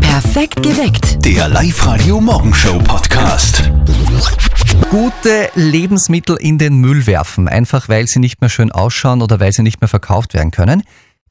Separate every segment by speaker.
Speaker 1: Perfekt geweckt.
Speaker 2: Der Live-Radio Morgenshow Podcast.
Speaker 3: Gute Lebensmittel in den Müll werfen, einfach weil sie nicht mehr schön ausschauen oder weil sie nicht mehr verkauft werden können.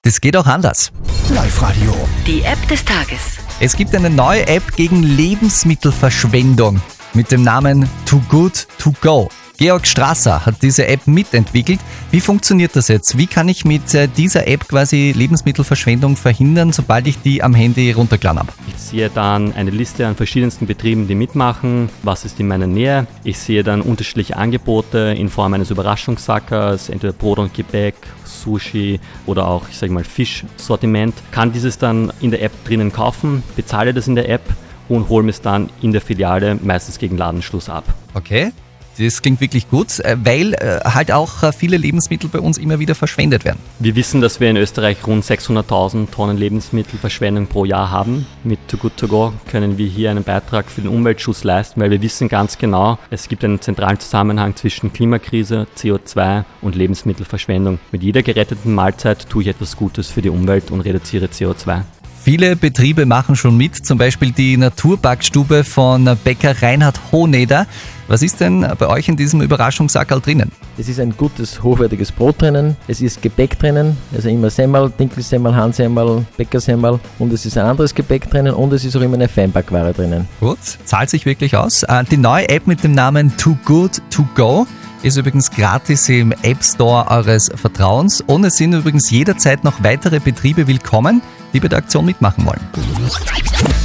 Speaker 3: Das geht auch anders.
Speaker 2: Live-Radio.
Speaker 1: Die App des Tages.
Speaker 3: Es gibt eine neue App gegen Lebensmittelverschwendung mit dem Namen Too Good To Go. Georg Strasser hat diese App mitentwickelt. Wie funktioniert das jetzt? Wie kann ich mit äh, dieser App quasi Lebensmittelverschwendung verhindern, sobald ich die am Handy runtergeladen habe?
Speaker 4: Ich sehe dann eine Liste an verschiedensten Betrieben, die mitmachen. Was ist in meiner Nähe? Ich sehe dann unterschiedliche Angebote in Form eines Überraschungssackers, entweder Brot und Gebäck, Sushi oder auch, ich sage mal, Fischsortiment. Kann dieses dann in der App drinnen kaufen, bezahle das in der App und hole mir es dann in der Filiale meistens gegen Ladenschluss ab.
Speaker 3: Okay. Das klingt wirklich gut, äh, weil äh, halt auch äh, viele Lebensmittel bei uns immer wieder verschwendet werden.
Speaker 4: Wir wissen, dass wir in Österreich rund 600.000 Tonnen Lebensmittelverschwendung pro Jahr haben. Mit Too Good To Go können wir hier einen Beitrag für den Umweltschutz leisten, weil wir wissen ganz genau, es gibt einen zentralen Zusammenhang zwischen Klimakrise, CO2 und Lebensmittelverschwendung. Mit jeder geretteten Mahlzeit tue ich etwas Gutes für die Umwelt und reduziere CO2.
Speaker 3: Viele Betriebe machen schon mit, zum Beispiel die Naturbackstube von Bäcker Reinhard Honeder. Was ist denn bei euch in diesem Überraschungssackerl drinnen?
Speaker 5: Es ist ein gutes, hochwertiges Brot drinnen. Es ist Gebäck drinnen, also immer Semmel, Dinkelsemmel, Hanssemmel, Bäckersemmel. Und es ist ein anderes Gebäck drinnen und es ist auch immer eine Feinbackware drinnen.
Speaker 3: Gut, zahlt sich wirklich aus. Äh, Die neue App mit dem Namen Too Good To Go ist übrigens gratis im App Store eures Vertrauens und es sind übrigens jederzeit noch weitere Betriebe willkommen, die bei der Aktion mitmachen wollen.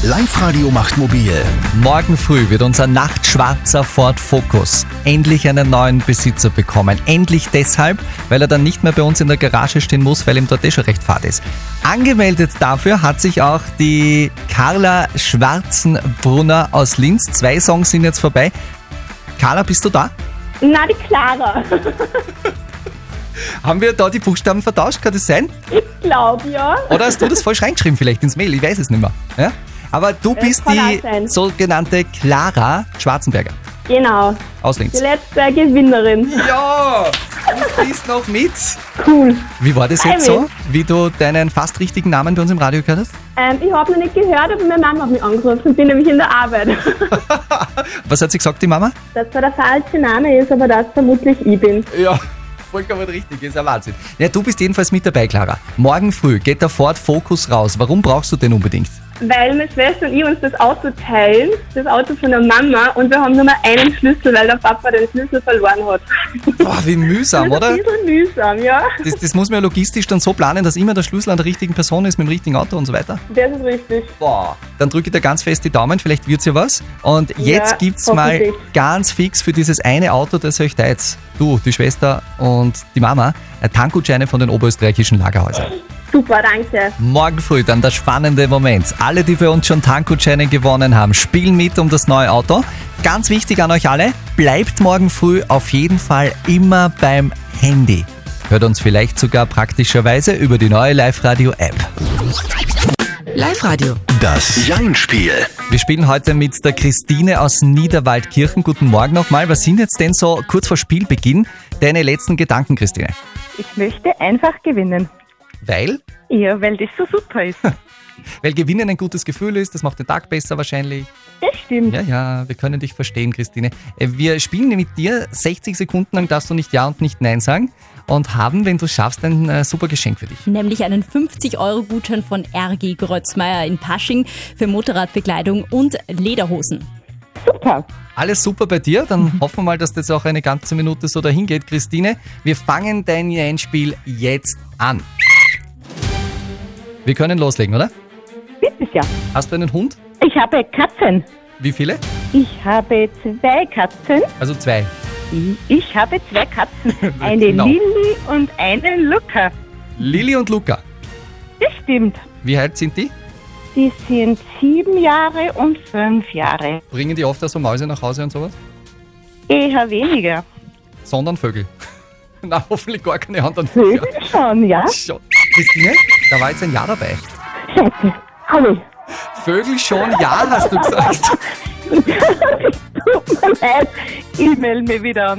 Speaker 2: Live-Radio macht mobil.
Speaker 3: Morgen früh wird unser nachtschwarzer Ford Focus endlich einen neuen Besitzer bekommen. Endlich deshalb, weil er dann nicht mehr bei uns in der Garage stehen muss, weil ihm dort eh schon recht fad ist. Angemeldet dafür hat sich auch die Carla Schwarzenbrunner aus Linz. Zwei Songs sind jetzt vorbei. Carla, bist du da?
Speaker 6: Na, die Clara.
Speaker 3: Haben wir da die Buchstaben vertauscht? Kann das sein?
Speaker 6: Glaub, ja.
Speaker 3: Oder hast du das falsch reingeschrieben vielleicht ins Mail? Ich weiß es nicht mehr. Ja? Aber du bist
Speaker 6: kann auch
Speaker 3: die
Speaker 6: sein.
Speaker 3: sogenannte Clara Schwarzenberger
Speaker 6: Genau.
Speaker 3: aus
Speaker 6: Die
Speaker 3: Linz.
Speaker 6: letzte Gewinnerin.
Speaker 3: Ja, du bist noch mit.
Speaker 6: Cool.
Speaker 3: Wie war das jetzt
Speaker 6: Hi,
Speaker 3: so, wie du deinen fast richtigen Namen bei uns im Radio gehört hast?
Speaker 6: Ähm, ich habe noch nicht gehört, aber meine Mama hat mich angerufen. Ich bin nämlich in der Arbeit.
Speaker 3: Was hat sie gesagt, die Mama?
Speaker 6: Dass zwar der falsche Name ist, aber dass vermutlich ich bin.
Speaker 3: Ja, vollkommen richtig, ist ja Wahnsinn. Ja, du bist jedenfalls mit dabei, Clara. Morgen früh geht der Ford Focus raus. Warum brauchst du den unbedingt?
Speaker 6: Weil meine Schwester und ich uns das Auto teilen, das Auto von der Mama, und wir haben nur mal einen Schlüssel, weil der Papa den Schlüssel verloren hat.
Speaker 3: Boah, wie mühsam,
Speaker 6: Das
Speaker 3: oder?
Speaker 6: ist ein bisschen mühsam, ja.
Speaker 3: Das, das muss man ja logistisch dann so planen, dass immer der Schlüssel an der richtigen Person ist, mit dem richtigen Auto und so weiter.
Speaker 6: Das ist richtig.
Speaker 3: Boah. Dann drücke ich dir ganz fest die Daumen, vielleicht wird's ja was. Und jetzt
Speaker 6: Ja,
Speaker 3: gibt's mal
Speaker 6: hoffentlich.
Speaker 3: ganz fix für dieses eine Auto, das ihr euch teilt. Du, die Schwester und die Mama, äh, Tankgutscheine von den oberösterreichischen Lagerhäusern.
Speaker 6: Super, danke.
Speaker 3: Morgen früh dann der spannende Moment. Alle, die bei uns schon Tankgutscheine gewonnen haben, spielen mit um das neue Auto. Ganz wichtig an euch alle, bleibt morgen früh auf jeden Fall immer beim Handy. Hört uns vielleicht sogar praktischerweise über die neue Live-Radio-App.
Speaker 1: Live-Radio.
Speaker 2: Das Jein-Spiel.
Speaker 3: Wir spielen heute mit der Christine aus Niederwaldkirchen. Guten Morgen nochmal. Was sind jetzt denn so kurz vor Spielbeginn deine letzten Gedanken, Christine?
Speaker 7: Ich möchte einfach gewinnen.
Speaker 3: Weil?
Speaker 7: Ja, weil das so super ist.
Speaker 3: Weil Gewinnen ein gutes Gefühl ist, das macht den Tag besser wahrscheinlich.
Speaker 7: Das stimmt.
Speaker 3: Ja, ja, wir können dich verstehen, Christine. Äh, Wir spielen mit dir 60 Sekunden lang, darfst du nicht Ja und nicht Nein sagen und haben, wenn du schaffst, ein äh, super Geschenk für dich.
Speaker 8: nämlich einen 50-Euro-Gutschein von RG Grötzmeier in Pasching für Motorradbekleidung und Lederhosen.
Speaker 7: Super.
Speaker 3: Alles super bei dir, dann hoffen wir mal, dass das auch eine ganze Minute so dahin geht, Christine. Wir fangen dein Jein-Spiel jetzt an. Wir können loslegen, oder?
Speaker 7: Bitte ja.
Speaker 3: Hast du einen Hund?
Speaker 7: Ich habe Katzen.
Speaker 3: Wie viele?
Speaker 7: Ich habe zwei Katzen.
Speaker 3: Also zwei.
Speaker 7: Ich habe zwei Katzen. Eine
Speaker 3: Genau.
Speaker 7: Lilly und einen Luca.
Speaker 3: Lilly und Luca.
Speaker 7: Das stimmt.
Speaker 3: Wie alt sind die?
Speaker 7: Die sind sieben Jahre und fünf Jahre.
Speaker 3: Bringen die oft so Mäuse nach Hause und sowas?
Speaker 7: Eher weniger.
Speaker 3: Sondern Vögel. Na, hoffentlich gar keine anderen Vögel.
Speaker 7: Vögel schon, ja?
Speaker 3: Schon. Christine, da war jetzt ein Ja dabei.
Speaker 7: Schätze. Hallo.
Speaker 3: Vögel schon Ja, hast du gesagt.
Speaker 7: Tut mir leid. Ich melde mich wieder an.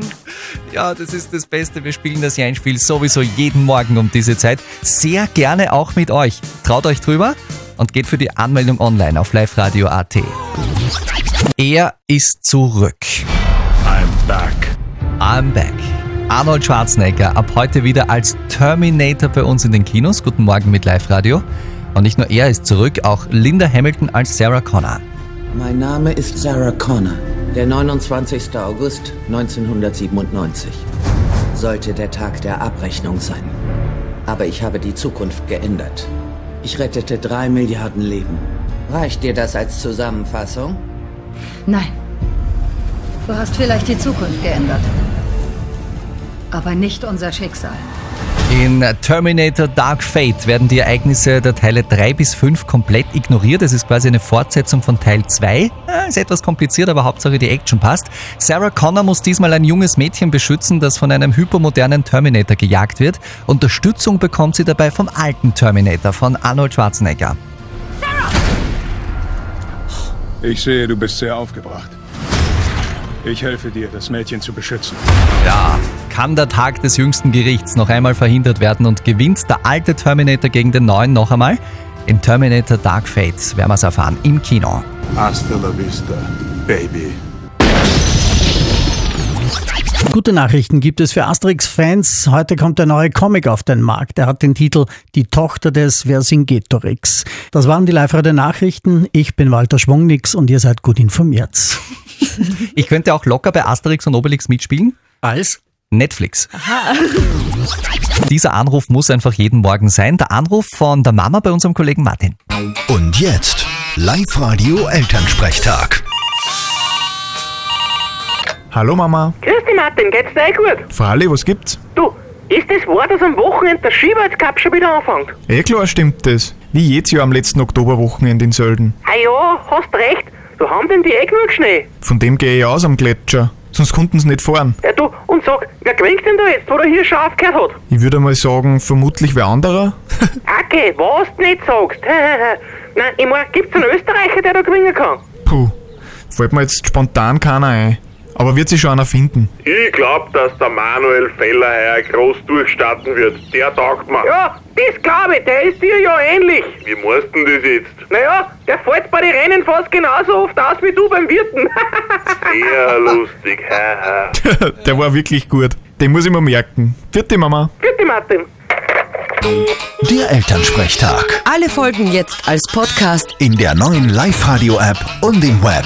Speaker 3: Ja, das ist das Beste. Wir spielen das Jein-Spiel sowieso jeden Morgen um diese Zeit. Sehr gerne auch mit euch. Traut euch drüber. und geht für die Anmeldung online auf liveradio.at. Er ist zurück.
Speaker 2: I'm back.
Speaker 3: I'm back. Arnold Schwarzenegger ab heute wieder als Terminator bei uns in den Kinos. Guten Morgen mit Live Radio. Und nicht nur er ist zurück, auch Linda Hamilton als Sarah Connor.
Speaker 9: Mein Name ist Sarah Connor. Der 29. August 1997 sollte der Tag der Abrechnung sein. Aber ich habe die Zukunft geändert. Ich rettete drei Milliarden Leben. Reicht dir das als Zusammenfassung?
Speaker 10: Nein. Du hast vielleicht die Zukunft geändert. Aber nicht unser Schicksal.
Speaker 3: In Terminator Dark Fate werden die Ereignisse der Teile 3 bis 5 komplett ignoriert. Es ist quasi eine Fortsetzung von Teil 2. Äh, Ist etwas kompliziert, aber Hauptsache die Action passt. Sarah Connor muss diesmal ein junges Mädchen beschützen, das von einem hypermodernen Terminator gejagt wird. Unterstützung bekommt sie dabei vom alten Terminator von Arnold Schwarzenegger.
Speaker 11: Ich sehe, du bist sehr aufgebracht. Ich helfe dir, das Mädchen zu beschützen.
Speaker 3: Ja, kann der Tag des jüngsten Gerichts noch einmal verhindert werden und gewinnt der alte Terminator gegen den neuen noch einmal? In Terminator Dark Fate werden wir es erfahren im Kino.
Speaker 11: Hasta la vista, baby.
Speaker 12: Gute Nachrichten gibt es für Asterix-Fans. Heute kommt der neue Comic auf den Markt. Er hat den Titel Die Tochter des Vercingetorix. Das waren die live nachrichten Ich bin Walter Schwungnix und ihr seid gut informiert.
Speaker 3: Ich könnte auch locker bei Asterix und Obelix mitspielen.
Speaker 12: Als?
Speaker 3: Netflix. Dieser Anruf muss einfach jeden Morgen sein. Der Anruf von der Mama bei unserem Kollegen Martin.
Speaker 2: Und jetzt Live-Radio Elternsprechtag.
Speaker 13: Hallo Mama.
Speaker 14: Grüß dich Martin, geht's dir eh gut?
Speaker 13: Fralli, was gibt's?
Speaker 14: Du, ist es das wahr, dass am Wochenende der Skiweltcup schon wieder anfängt?
Speaker 13: Eh klar stimmt das. Wie jedes Jahr am letzten Oktoberwochenende in Sölden.
Speaker 14: Ah ja, hast recht, da haben denn die eh genug Schnee.
Speaker 13: Von dem gehe ich aus am Gletscher. Sonst konnten's nicht fahren.
Speaker 14: Ja du, und sag, wer gewinnt denn da jetzt, wo der hier schon aufgehört hat?
Speaker 13: Ich würde mal sagen, vermutlich wer anderer.
Speaker 14: Okay, was du nicht sagst. Nein, ich mein, gibt's einen Österreicher, der da gewinnen kann?
Speaker 13: Puh, fällt mir jetzt spontan keiner ein. Aber wird sich schon einer finden.
Speaker 15: Ich glaub, dass der Manuel Feller heuer groß durchstarten wird. Der taugt mir.
Speaker 14: Ja, das glaube ich, der ist dir ja ähnlich.
Speaker 15: Wie machst denn das jetzt?
Speaker 14: Naja, der fällt bei den Rennen fast genauso oft aus wie du beim Wirten.
Speaker 15: Sehr lustig, haha.
Speaker 13: Der war wirklich gut. Den muss ich mir merken. Vierte Mama.
Speaker 14: Bitte Martin.
Speaker 2: Der Elternsprechtag.
Speaker 1: Alle Folgen jetzt als Podcast.
Speaker 2: In der neuen Live-Radio-App und im Web.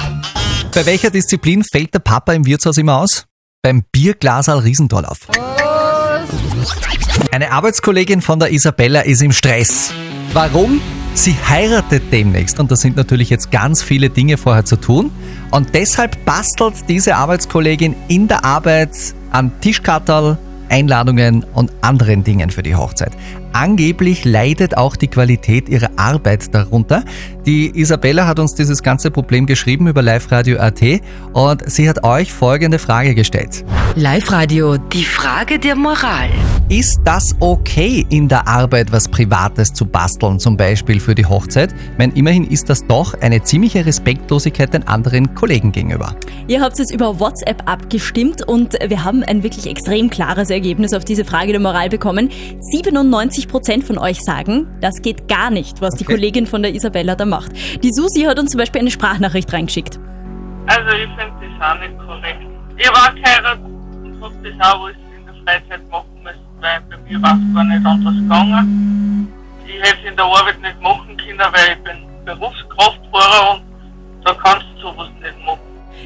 Speaker 3: Bei welcher Disziplin fällt der Papa im Wirtshaus immer aus? Beim Bierglasal Riesentorlauf. Eine Arbeitskollegin von der Isabella ist im Stress. Warum? Sie heiratet demnächst und da sind natürlich jetzt ganz viele Dinge vorher zu tun. Und deshalb bastelt diese Arbeitskollegin in der Arbeit an Tischkatterl, Einladungen und anderen Dingen für die Hochzeit. Angeblich leidet auch die Qualität ihrer Arbeit darunter. Die Isabella hat uns dieses ganze Problem geschrieben über liveradio.at und sie hat euch folgende Frage gestellt.
Speaker 1: Live-Radio, die Frage der Moral.
Speaker 3: Ist das okay, in der Arbeit was Privates zu basteln, zum Beispiel für die Hochzeit? Ich meine, immerhin ist das doch eine ziemliche Respektlosigkeit den anderen Kollegen gegenüber.
Speaker 8: Ihr habt jetzt über WhatsApp abgestimmt und wir haben ein wirklich extrem klares Ergebnis auf diese Frage der Moral bekommen. 97% von euch sagen, das geht gar nicht, was die
Speaker 3: Okay.
Speaker 8: Kollegin von der Isabella da macht. Die Susi hat uns zum Beispiel eine Sprachnachricht reingeschickt.
Speaker 16: Also ich finde das auch nicht korrekt. Ich war geheiratet und hab das auch alles in der Freizeit machen müssen, weil bei mir war es gar nicht anders gegangen. Ich hätte es in der Arbeit nicht machen können, weil ich bin Berufskraftfahrer und da kannst du sowas nicht machen.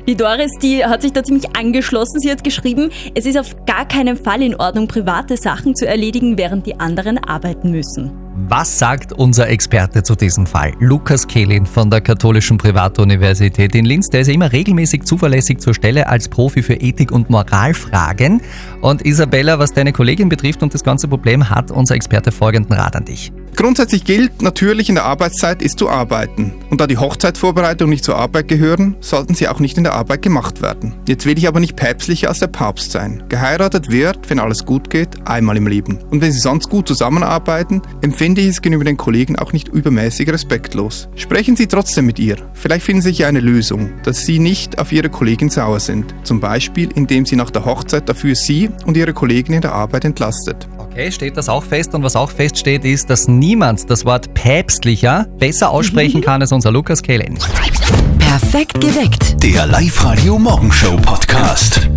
Speaker 8: Die Doris, die hat sich da ziemlich angeschlossen. Sie hat geschrieben, es ist auf gar keinen Fall in Ordnung, private Sachen zu erledigen, während die anderen arbeiten müssen.
Speaker 3: Was sagt unser Experte zu diesem Fall? Lukas Kehlin von der Katholischen Privatuniversität in Linz. Der ist ja immer regelmäßig zuverlässig zur Stelle als Profi für Ethik- und Moralfragen. Und Isabella, was deine Kollegin betrifft und das ganze Problem, hat unser Experte folgenden Rat an dich.
Speaker 17: Grundsätzlich gilt, natürlich in der Arbeitszeit ist zu arbeiten. Und da die Hochzeitsvorbereitung nicht zur Arbeit gehören, sollten sie auch nicht in der Arbeit gemacht werden. Jetzt will ich aber nicht päpstlicher als der Papst sein. Geheiratet wird, wenn alles gut geht, einmal im Leben. Und wenn sie sonst gut zusammenarbeiten, empfinde ich es gegenüber den Kollegen auch nicht übermäßig respektlos. Sprechen Sie trotzdem mit ihr. Vielleicht finden Sie ja eine Lösung, dass Sie nicht auf Ihre Kollegen sauer sind. Zum Beispiel, indem Sie nach der Hochzeit dafür Sie und Ihre Kollegen in der Arbeit entlastet.
Speaker 3: Okay, steht das auch fest. Und was auch feststeht, ist, dass niemand das Wort päpstlicher besser aussprechen kann als unser Lukas Kehlen.
Speaker 1: Perfekt geweckt.
Speaker 2: Der Live-Radio Morgenshow Podcast.